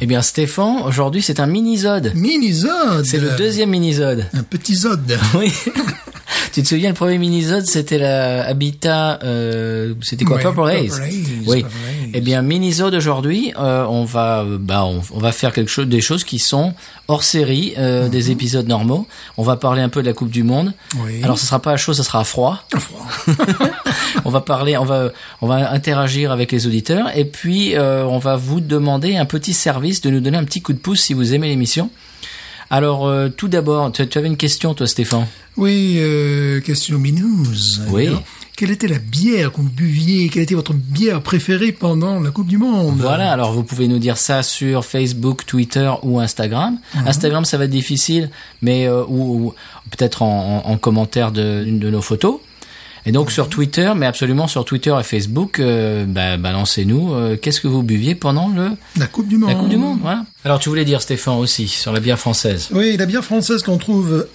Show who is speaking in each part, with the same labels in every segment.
Speaker 1: Eh bien Stéphane, aujourd'hui c'est un mini-zode.
Speaker 2: Minisode
Speaker 1: C'est le deuxième mini-zode.
Speaker 2: Un petit zode.
Speaker 1: Oui. tu te souviens, le premier mini-zode, c'était la Habitat... euh, c'était quoi
Speaker 2: Ouais,
Speaker 1: Purple Haze.
Speaker 2: Purple Haze,
Speaker 1: Oui.
Speaker 2: Purple Haze.
Speaker 1: Eh bien, mini-zode aujourd'hui, euh, on va euh, bah, on, on va faire quelque chose, des choses qui sont hors série
Speaker 2: Mhm.
Speaker 1: euh, des épisodes normaux. On va parler un peu de la Coupe du Monde.
Speaker 2: Oui.
Speaker 1: Alors, ce sera pas à chaud, ça sera à froid.
Speaker 2: Un froid.
Speaker 1: on va parler, on va, on va interagir avec les auditeurs et puis euh, on va vous demander un petit service de nous donner un petit coup de pouce si vous aimez l'émission. Alors euh, tout d'abord, tu, tu avais une question toi Stéphane.
Speaker 2: Oui, euh, question minouze.
Speaker 1: Oui.
Speaker 2: Alors, Quelle était la bière que vous buviez Quelle était votre bière préférée pendant la Coupe du Monde
Speaker 1: Voilà, alors vous pouvez nous dire ça sur Facebook, Twitter ou Instagram.
Speaker 2: Mhm.
Speaker 1: Instagram ça va être difficile, mais euh, ou, ou peut-être en, en- en commentaire de- d'une de, nos photos. Et donc sur Twitter, mais absolument sur Twitter et Facebook, euh, bah, balancez-nous euh, qu'est-ce que vous buviez pendant le,
Speaker 2: La Coupe du Monde.
Speaker 1: La Coupe du Monde, voilà. Alors tu voulais dire Stéphane aussi sur la bière française.
Speaker 2: Oui, la bière française qu'on trouve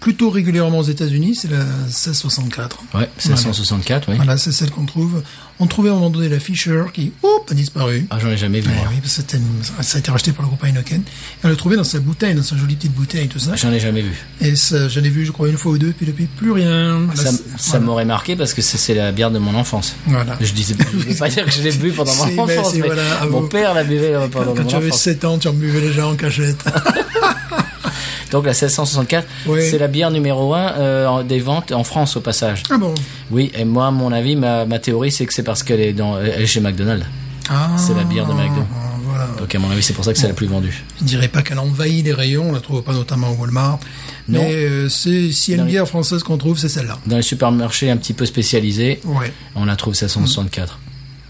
Speaker 2: plutôt régulièrement aux États-Unis, c'est la 1664.
Speaker 1: Ouais, 1664, oui.
Speaker 2: Voilà, c'est celle qu'on trouve. On trouvait à un moment donné la Fisher qui, oups, a disparu.
Speaker 1: Ah, j'en ai jamais vu.
Speaker 2: Eh
Speaker 1: moi.
Speaker 2: oui, parce que c'était une- ça a été racheté par le groupe Heineken. On l'a trouvé dans sa bouteille, dans sa jolie petite bouteille et tout ça.
Speaker 1: J'en ai jamais vu.
Speaker 2: Et ça, je l'ai vu, je crois, une fois ou deux, puis depuis, plus rien. Là,
Speaker 1: Ah, Ça,
Speaker 2: bah, c'est-
Speaker 1: ça
Speaker 2: voilà.
Speaker 1: m'aurait marqué parce que c'est c'est la bière de mon enfance.
Speaker 2: Voilà.
Speaker 1: Je disais, je veux pas dire que je l'ai bu pendant
Speaker 2: Ah. Si,
Speaker 1: mon
Speaker 2: mais
Speaker 1: enfance,
Speaker 2: si,
Speaker 1: mais
Speaker 2: voilà, à
Speaker 1: mon
Speaker 2: vous.
Speaker 1: père la buvait euh, pendant
Speaker 2: Quand
Speaker 1: mon
Speaker 2: tu avais
Speaker 1: enfance.
Speaker 2: 7 ans, tu en buvais déjà en cachette.
Speaker 1: Donc la 1664,
Speaker 2: Oui.
Speaker 1: c'est la bière numéro 1 des ventes en France au passage.
Speaker 2: ah bon
Speaker 1: Oui, et moi, à mon avis, ma, ma théorie, c'est que c'est parce qu'elle est, dans, elle est chez McDonald's.
Speaker 2: ah,
Speaker 1: C'est la bière de McDo.
Speaker 2: ah, Voilà.
Speaker 1: Donc à mon avis, c'est pour ça que c'est la plus vendue.
Speaker 2: Je dirais pas qu'elle envahit les rayons, on la trouve pas notamment au Walmart.
Speaker 1: Non.
Speaker 2: Mais euh, c'est- s'il y a
Speaker 1: Dans
Speaker 2: une
Speaker 1: les-
Speaker 2: bière française qu'on trouve, c'est celle-là.
Speaker 1: Dans les supermarchés un petit peu spécialisés,
Speaker 2: Ouais.
Speaker 1: On la trouve 1664.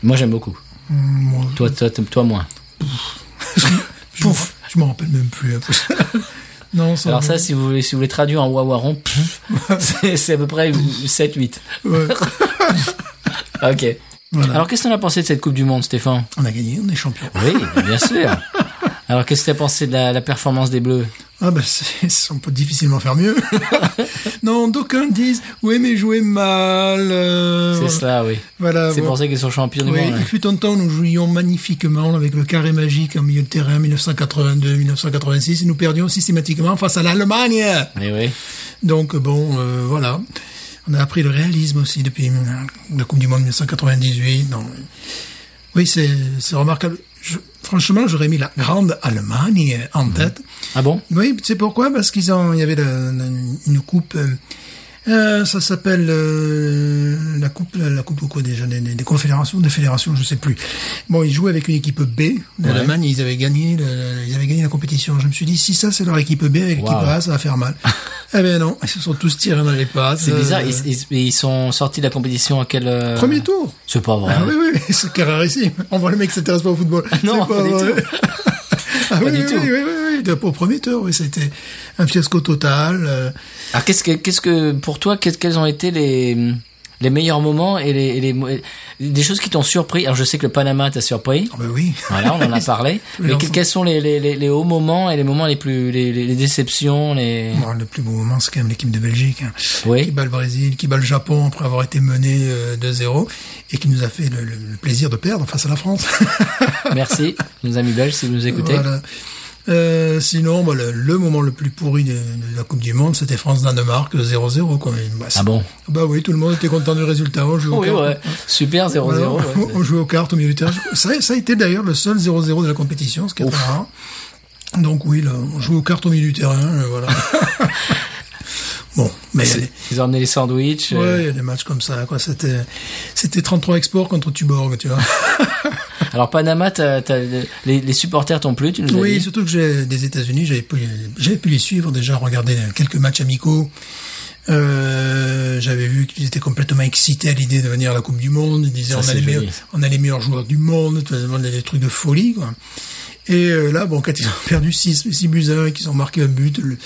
Speaker 1: Moi j'aime beaucoup.
Speaker 2: Mm, Moi,
Speaker 1: Toi, toi, t'aimes- toi moins.
Speaker 2: je- Pouf Je m'en rappelle même plus. non, ça.
Speaker 1: Alors ça, si vous voulez, si vous voulez traduire en wawaron, pff, c'est c'est à peu près 7-8.
Speaker 2: ouais.
Speaker 1: Ok.
Speaker 2: Voilà.
Speaker 1: Alors qu'est-ce que t'en as pensé de cette Coupe du Monde, Stéphane
Speaker 2: On a gagné, on est champion.
Speaker 1: Oui, bien sûr. Alors qu'est-ce que t'as pensé de la, la performance des Bleus
Speaker 2: Ah ben, c'est- on peut difficilement faire mieux. non, d'aucuns disent, oui, mais jouer mal. euh,
Speaker 1: C'est cela, oui.
Speaker 2: Voilà.
Speaker 1: C'est
Speaker 2: voilà.
Speaker 1: pour ça qu'ils sont champions du
Speaker 2: Ah Oui,
Speaker 1: monde. hein.
Speaker 2: il fut un temps où nous jouions magnifiquement avec le carré magique en milieu de terrain 1982-1986 et nous perdions systématiquement face à l'Allemagne.
Speaker 1: Mais Eh oui.
Speaker 2: Donc bon, euh, voilà. On a appris le réalisme aussi depuis la Coupe du Monde 1998. Non. Oui, c'est c'est remarquable. Je- franchement, j'aurais mis la grande Allemagne en tête.
Speaker 1: Ah bon
Speaker 2: Oui, c'est pourquoi Parce qu'ils ont, il y avait la- la- une coupe. euh, euh, ça s'appelle euh, la coupe, la coupe au quoi déjà des, des- des confédérations, des fédérations, je sais plus. Bon, ils jouaient avec une équipe B d'Allemagne, ils avaient gagné, le- ils avaient gagné la compétition. Je me suis dit, si ça c'est leur équipe B avec l'équipe
Speaker 1: Waouh.
Speaker 2: A, ça va faire mal. eh ben non, ils se sont tous tirés dans les pattes.
Speaker 1: C'est bizarre.
Speaker 2: Euh,
Speaker 1: Ils, ils- ils sont sortis de la compétition à quel euh,
Speaker 2: Premier tour.
Speaker 1: C'est pas vrai.
Speaker 2: Ah oui, oui, c'est carrarissime. On voit le mec qui s'intéresse pas au football.
Speaker 1: non,
Speaker 2: C'est
Speaker 1: pas du
Speaker 2: vrai.
Speaker 1: tout.
Speaker 2: Ah
Speaker 1: Pas
Speaker 2: oui,
Speaker 1: du
Speaker 2: oui,
Speaker 1: tout.
Speaker 2: oui, oui, oui, oui, au premier tour, oui, c'était un fiasco total. euh,
Speaker 1: Alors qu'est-ce que, qu'est-ce que pour toi, qu'est-ce quels ont été les les meilleurs moments et les, et les mo- et- des choses qui t'ont surpris Alors je sais que le Panama t'a surpris.
Speaker 2: Ah ben oui.
Speaker 1: Voilà, on en a parlé. mais que-
Speaker 2: l'enfant.
Speaker 1: quels sont les, les, les, les hauts moments et les moments les plus les, les, les déceptions les...
Speaker 2: Bon, le plus beau moment, c'est quand même l'équipe de Belgique, hein, qui
Speaker 1: Oui.
Speaker 2: bat le Brésil, qui bat le Japon après avoir été mené euh, 2-0 et qui nous a fait le, le- le plaisir de perdre face à la France.
Speaker 1: Merci, nos amis belges, si vous nous écoutez.
Speaker 2: Voilà. Euh, sinon, bah, le, le moment le plus pourri de, de la Coupe du Monde, c'était France-Danemark 0-0. quoi. Mais, bah,
Speaker 1: Ah bon
Speaker 2: Bah oui, tout le monde était content du résultat. hein, On jouait aux
Speaker 1: Oui,
Speaker 2: cartes.
Speaker 1: ouais. Super 0-0.
Speaker 2: Voilà,
Speaker 1: ouais.
Speaker 2: on jouait aux cartes au milieu du terrain. Ça, ça a été d'ailleurs le seul 0-0 de la compétition, ce qui est très rare. Donc oui, là, on jouait aux cartes au milieu du terrain, euh, voilà. bon, mais allez.
Speaker 1: Ils ont emmené les sandwichs. euh,
Speaker 2: Ouais, il y a des matchs comme ça, quoi. C'était, c'était 33 exports contre Tuborg, tu vois.
Speaker 1: Alors Panama, t'as, t'as, les, les supporters t'ont plu, tu nous as
Speaker 2: oui,
Speaker 1: dit.
Speaker 2: surtout que j'ai, des États-Unis, j'avais pu, j'avais pu les suivre déjà, regarder quelques matchs amicaux. Euh, j'avais vu qu'ils étaient complètement excités à l'idée de venir à la Coupe du Monde. Ils disaient
Speaker 1: Ça,
Speaker 2: on, a
Speaker 1: c'est
Speaker 2: les
Speaker 1: joli.
Speaker 2: meilleurs, on a les meilleurs joueurs du monde, tout le monde a des trucs de folie. Quoi. Et euh, là, bon, quand ils ont perdu 6, 6 buts à 1 et qu'ils ont marqué un but, le,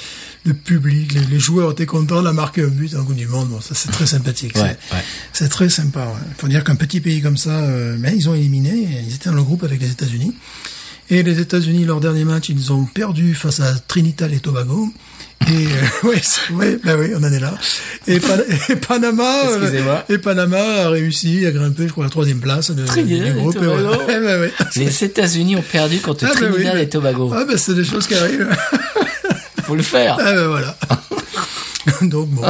Speaker 2: le public, les, les joueurs étaient contents, on a marqué un but en Coupe du Monde. Bon, ça c'est très sympathique.
Speaker 1: Ouais,
Speaker 2: c'est,
Speaker 1: ouais.
Speaker 2: c'est très sympa. Il faut dire qu'un petit pays comme ça, euh, ben, ils ont éliminé, ils étaient dans le groupe avec les États-Unis. Et les États-Unis, leur dernier match, ils ont perdu face à Trinidad et Tobago. Et euh, ouais, c'est- ouais, bah oui, on en est là. Et, Pan- et Panama, euh,
Speaker 1: Excusez-moi.
Speaker 2: et Panama a réussi à grimper, je crois, à la troisième place de,
Speaker 1: Trinidad
Speaker 2: du
Speaker 1: et
Speaker 2: groupe.
Speaker 1: Tobago.
Speaker 2: voilà. Eh ben ouais.
Speaker 1: Les États-Unis ont perdu contre
Speaker 2: Ah, ben oui,
Speaker 1: Trinidad
Speaker 2: ben-
Speaker 1: et Tobago.
Speaker 2: Ah ben c'est des choses qui arrivent.
Speaker 1: Faut le faire.
Speaker 2: Ah ben voilà. Donc bon,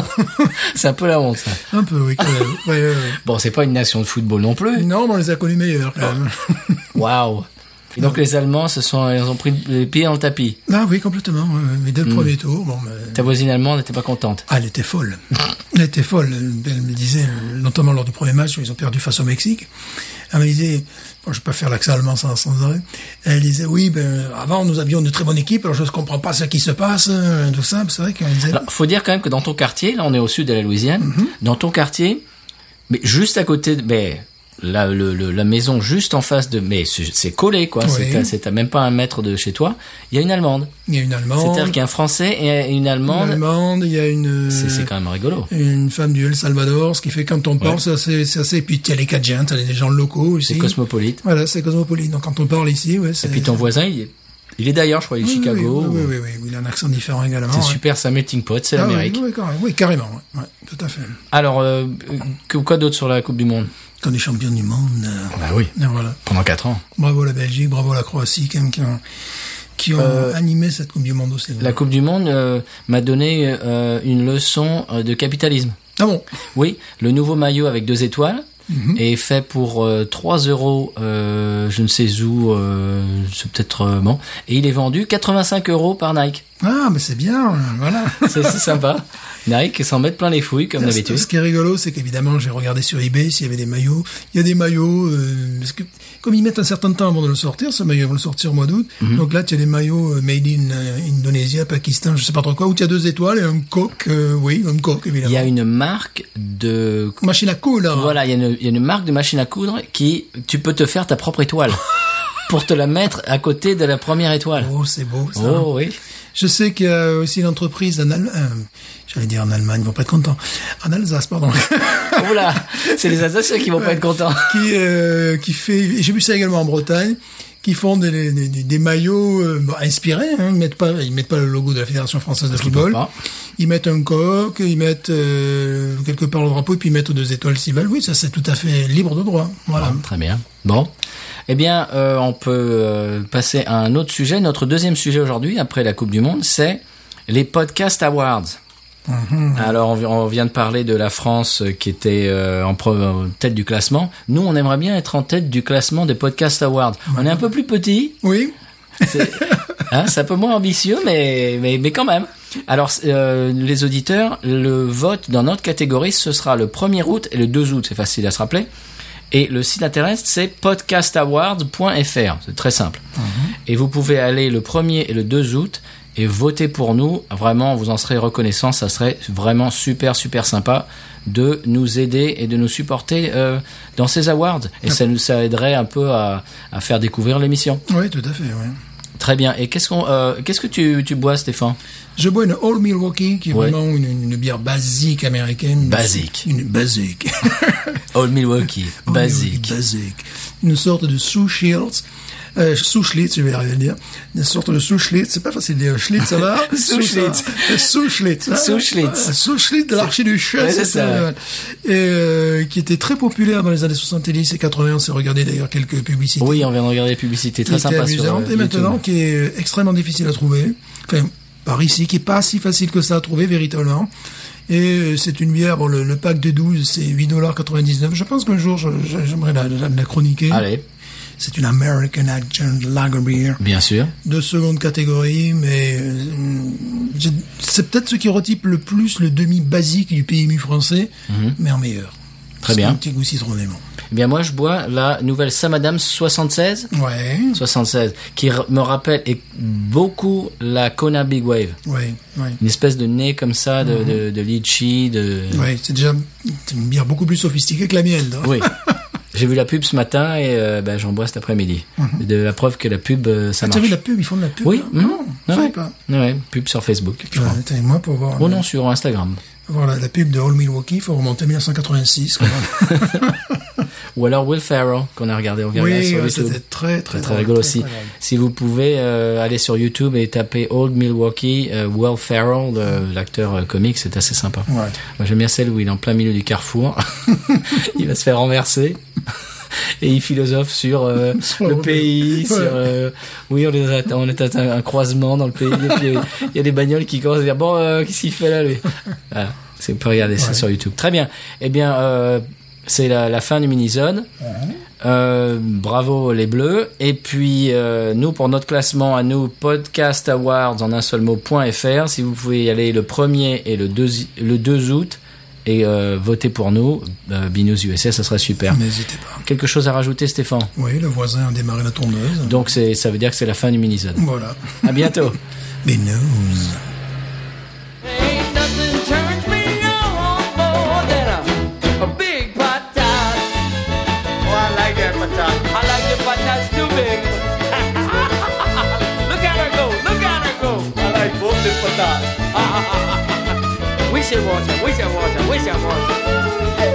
Speaker 1: C'est un peu la honte. ça.
Speaker 2: un peu oui quand même. Ouais, ouais, ouais.
Speaker 1: Bon, c'est pas une nation de football non plus.
Speaker 2: Non, mais on les a connus meilleurs quand
Speaker 1: Oh.
Speaker 2: même.
Speaker 1: Waouh. Et donc les Allemands se sont, ils ont pris les pieds dans le tapis.
Speaker 2: Ah oui, complètement. ouais, ouais. Mais dès le
Speaker 1: Hmm.
Speaker 2: premier tour, bon, ben,
Speaker 1: Ta voisine allemande n'était pas contente.
Speaker 2: Ah, elle était folle. Elle était folle. Elle elle me disait, notamment lors du premier match où ils ont perdu face au Mexique, elle me disait, bon, je peux pas faire l'accent allemand sans, sans arrêt, elle disait, oui, ben, avant nous avions une très bonne équipe, alors je ne comprends pas ce qui se passe, euh, tout ça, c'est vrai qu'elle disait,
Speaker 1: Alors, faut dire quand même que dans ton quartier, là on est au sud de la Louisiane,
Speaker 2: Mhm.
Speaker 1: dans ton quartier, mais juste à côté de, mais la, le- le- la maison juste en face de, mais c'est c'est collé quoi,
Speaker 2: Oui.
Speaker 1: c'est à- c'est à même pas un mètre de chez toi, il y a une Allemande.
Speaker 2: il y a une Allemande,
Speaker 1: C'est-à-dire qu'il y a un Français et une
Speaker 2: Oh. une
Speaker 1: Allemande.
Speaker 2: Allemande, il y a une, euh,
Speaker 1: C'est c'est quand même rigolo.
Speaker 2: une femme du El Salvador, ce qui fait quand on parle, c'est assez, c'est assez, et puis il y a les Cajuns, il y a des gens locaux aussi.
Speaker 1: C'est cosmopolite.
Speaker 2: Voilà, c'est cosmopolite. Donc quand on parle ici, ouais, c'est...
Speaker 1: Et puis ton voisin, il est, il est d'ailleurs, je crois, il est de
Speaker 2: Euh. Oui, oui,
Speaker 1: Chicago.
Speaker 2: Oui,
Speaker 1: ou-
Speaker 2: oui, oui, oui, il a un accent différent également.
Speaker 1: C'est
Speaker 2: ouais.
Speaker 1: super, ça melting pot, c'est
Speaker 2: Ah oui,
Speaker 1: l'Amérique.
Speaker 2: Oui, carrément, oui, carrément ouais, ouais, tout à fait.
Speaker 1: Alors, euh, que- quoi d'autre sur la Coupe du Monde
Speaker 2: Quand on est champion du monde, euh,
Speaker 1: Bah oui,
Speaker 2: et voilà.
Speaker 1: pendant 4 ans.
Speaker 2: Bravo la Belgique, bravo la Croatie, quand même, qui ont, qui ont
Speaker 1: Euh,
Speaker 2: animé cette Coupe du Monde aussi.
Speaker 1: La Coupe du Monde euh, m'a donné euh, une leçon euh, de capitalisme.
Speaker 2: Ah bon
Speaker 1: Oui, le nouveau maillot avec deux étoiles est fait pour euh, 3 euros, euh, je ne sais où, euh, c'est peut-être euh, bon, et il est vendu 85 euros par Nike.
Speaker 2: Ah, mais c'est bien, voilà.
Speaker 1: C'est c'est sympa. Nike s'en mettent plein les fouilles comme d'habitude.
Speaker 2: Ce qui est rigolo, c'est qu'évidemment, j'ai regardé sur eBay s'il y avait des maillots. Il y a des maillots, euh, parce que comme ils mettent un certain temps avant de le sortir, ce maillot, ils vont le sortir au mois d'août.
Speaker 1: Mhm.
Speaker 2: Donc là, tu as des maillots euh, made in euh, Indonésie, Pakistan, je sais pas trop quoi, où tu as deux étoiles et un coq, euh, oui, un coq,
Speaker 1: Il y
Speaker 2: évidemment.
Speaker 1: a une marque de
Speaker 2: Machine à coudre.
Speaker 1: Voilà, il y, a une- il y a une marque de machine à coudre qui, tu peux te faire ta propre étoile pour te la mettre à côté de la première étoile.
Speaker 2: Oh, c'est beau, ça.
Speaker 1: Oh oui.
Speaker 2: Je sais qu'il y a aussi une entreprise en Allemagne, euh, j'allais dire en Allemagne, ils vont pas être contents, en Alsace, pardon,
Speaker 1: Oh là, c'est les Alsaciens qui vont pas être contents.
Speaker 2: qui euh, qui fait, j'ai vu ça également en Bretagne, qui font des, des, des- des maillots euh, bon, inspirés, hein, ils mettent pas ils mettent pas le logo de la Fédération française de
Speaker 1: peuvent
Speaker 2: football,
Speaker 1: pas.
Speaker 2: ils mettent un coq, ils mettent euh, quelque part le drapeau et puis ils mettent deux étoiles s'ils veulent. Oui, ça c'est tout à fait libre de droit. Voilà.
Speaker 1: Très bien. Bon. Eh bien, euh, on peut euh, passer à un autre sujet. Notre deuxième sujet aujourd'hui, après la Coupe du Monde, c'est les Podcast Awards. Alors, on vi- on vient de parler de la France euh, qui était euh, en pre- en tête du classement. Nous, on aimerait bien être en tête du classement des Podcast Awards. On est un peu plus petit,
Speaker 2: Oui.
Speaker 1: C'est hein, c'est un peu moins ambitieux, mais, mais, mais quand même. Alors, c'est, euh, les auditeurs, le vote dans notre catégorie, ce sera le 1er août et le 2 août, c'est facile à se rappeler. Et le site internet, c'est podcastawards.fr, c'est très simple. Et vous pouvez aller le 1er et le 2 août et voter pour nous. Vraiment, vous en serez reconnaissant, ça serait vraiment super, super sympa de nous aider et de nous supporter euh, dans ces awards. Et ça, nous, ça aiderait un peu à- à faire découvrir l'émission.
Speaker 2: Oui, tout à fait. Oui.
Speaker 1: Très bien. Et qu'est-ce qu'on, euh, qu'est-ce que tu, tu bois, Stéphane
Speaker 2: Je bois une Old Milwaukee, qui est
Speaker 1: Ouais.
Speaker 2: vraiment une, une bière basique américaine.
Speaker 1: Basique.
Speaker 2: Une basique.
Speaker 1: Old Oh, Milwaukee, basique.
Speaker 2: Oh, Basique. Une sorte de sous Schlitz. Euh, Souchlitz, je vais arriver à le dire. Une sorte de Souchlitz. C'est pas facile de dire Schlitz, ça va?
Speaker 1: Souchlitz.
Speaker 2: Souchlitz. hein.
Speaker 1: Souchlitz.
Speaker 2: Euh, Souchlitz de l'archiduché.
Speaker 1: Ouais, c'est
Speaker 2: c'était,
Speaker 1: ça, ouais.
Speaker 2: euh, Et, euh, qui était très populaire dans les années 70 et 80. On s'est regardé d'ailleurs quelques publicités.
Speaker 1: Oui, on vient de regarder les publicités très
Speaker 2: qui étaient
Speaker 1: sympa sur
Speaker 2: amusantes.
Speaker 1: euh,
Speaker 2: et maintenant,
Speaker 1: YouTube.
Speaker 2: qui est extrêmement difficile à trouver. Enfin, par ici, qui est pas si facile que ça à trouver, véritablement. Et euh, c'est une bière, bon, le, le pack de 12, c'est 8,99$. Je pense qu'un jour, je- je- j'aimerais la, la- la chroniquer.
Speaker 1: Allez,
Speaker 2: C'est une American Agent Lager Beer
Speaker 1: bien sûr.
Speaker 2: de seconde catégorie, mais euh, j'ai- c'est peut-être ce qui retype le plus le demi-basique du PMU français, mais en meilleur.
Speaker 1: Mhm. Très
Speaker 2: C'est
Speaker 1: bien.
Speaker 2: Un petit goût citronné. bon.
Speaker 1: Eh bien, moi, je bois la nouvelle Samadam 76,
Speaker 2: Ouais,
Speaker 1: 76, qui r- me rappelle et beaucoup la Kona Big Wave.
Speaker 2: ouais, ouais.
Speaker 1: Une espèce de nez comme ça, de,
Speaker 2: Mhm.
Speaker 1: de, de litchi, de...
Speaker 2: Ouais, c'est déjà c'est une bière beaucoup plus sophistiquée que la mienne. hein.
Speaker 1: Oui. J'ai vu la pub ce matin et euh, ben, j'en bois cet après-midi. De la preuve que la pub, euh, ça
Speaker 2: Mhm.
Speaker 1: marche.
Speaker 2: Ah, T'as vu la pub Ils font de la pub
Speaker 1: Oui,
Speaker 2: là
Speaker 1: mhm.
Speaker 2: Non, je
Speaker 1: Ouais.
Speaker 2: savais pas.
Speaker 1: Ouais, pub sur Facebook, je crois.
Speaker 2: Ouais, attends, moi, pour voir, euh,
Speaker 1: Oh
Speaker 2: la-
Speaker 1: non, sur Instagram.
Speaker 2: pour voir la, la pub de All Milwaukee, il faut remonter à 1986. quand même.
Speaker 1: Ou alors Will Ferrell, qu'on a regardé, on vient
Speaker 2: oui,
Speaker 1: sur
Speaker 2: ouais,
Speaker 1: YouTube.
Speaker 2: c'était très, très,
Speaker 1: Très, très rigolo
Speaker 2: très,
Speaker 1: aussi.
Speaker 2: très drôle.
Speaker 1: Si vous pouvez euh, aller sur YouTube et taper Old Milwaukee, euh, Will Ferrell, le- l'acteur euh, comique, c'est assez sympa.
Speaker 2: Ouais.
Speaker 1: Moi j'aime bien celle où il est en plein milieu du carrefour, il va se faire renverser et il philosophe sur euh,
Speaker 2: Sur
Speaker 1: le
Speaker 2: le-
Speaker 1: pays, sur
Speaker 2: Oh, Ouais.
Speaker 1: euh, oui on est à, on est à un, un croisement dans le pays et puis il y a des bagnoles qui commencent à dire bon euh, qu'est-ce qu'il fait là lui Voilà. C'est- vous pouvez regarder ça
Speaker 2: Ouais.
Speaker 1: sur YouTube. Très bien. Eh bien euh, c'est la, la fin du mini zone. Euh, bravo les bleus. Et puis euh, nous pour notre classement à nous podcast awards en un seul mot.fr si vous pouvez y aller le 1er et le 2 le 2 août et euh, voter pour nous euh, Binous USA ça serait super.
Speaker 2: N'hésitez pas.
Speaker 1: Quelque chose à rajouter Stéphane
Speaker 2: Oui, le voisin a démarré la tondeuse.
Speaker 1: Donc c'est ça veut dire que c'est la fin du mini zone.
Speaker 2: Voilà.
Speaker 1: À bientôt.
Speaker 2: Mais news.
Speaker 3: Ain't nothing turns me on more than a, a big pot tart. Oh, I like that patat. I like the patats too big. look at her go, look at her go. I like both the patats. we should watch her, we should watch her, we should watch her.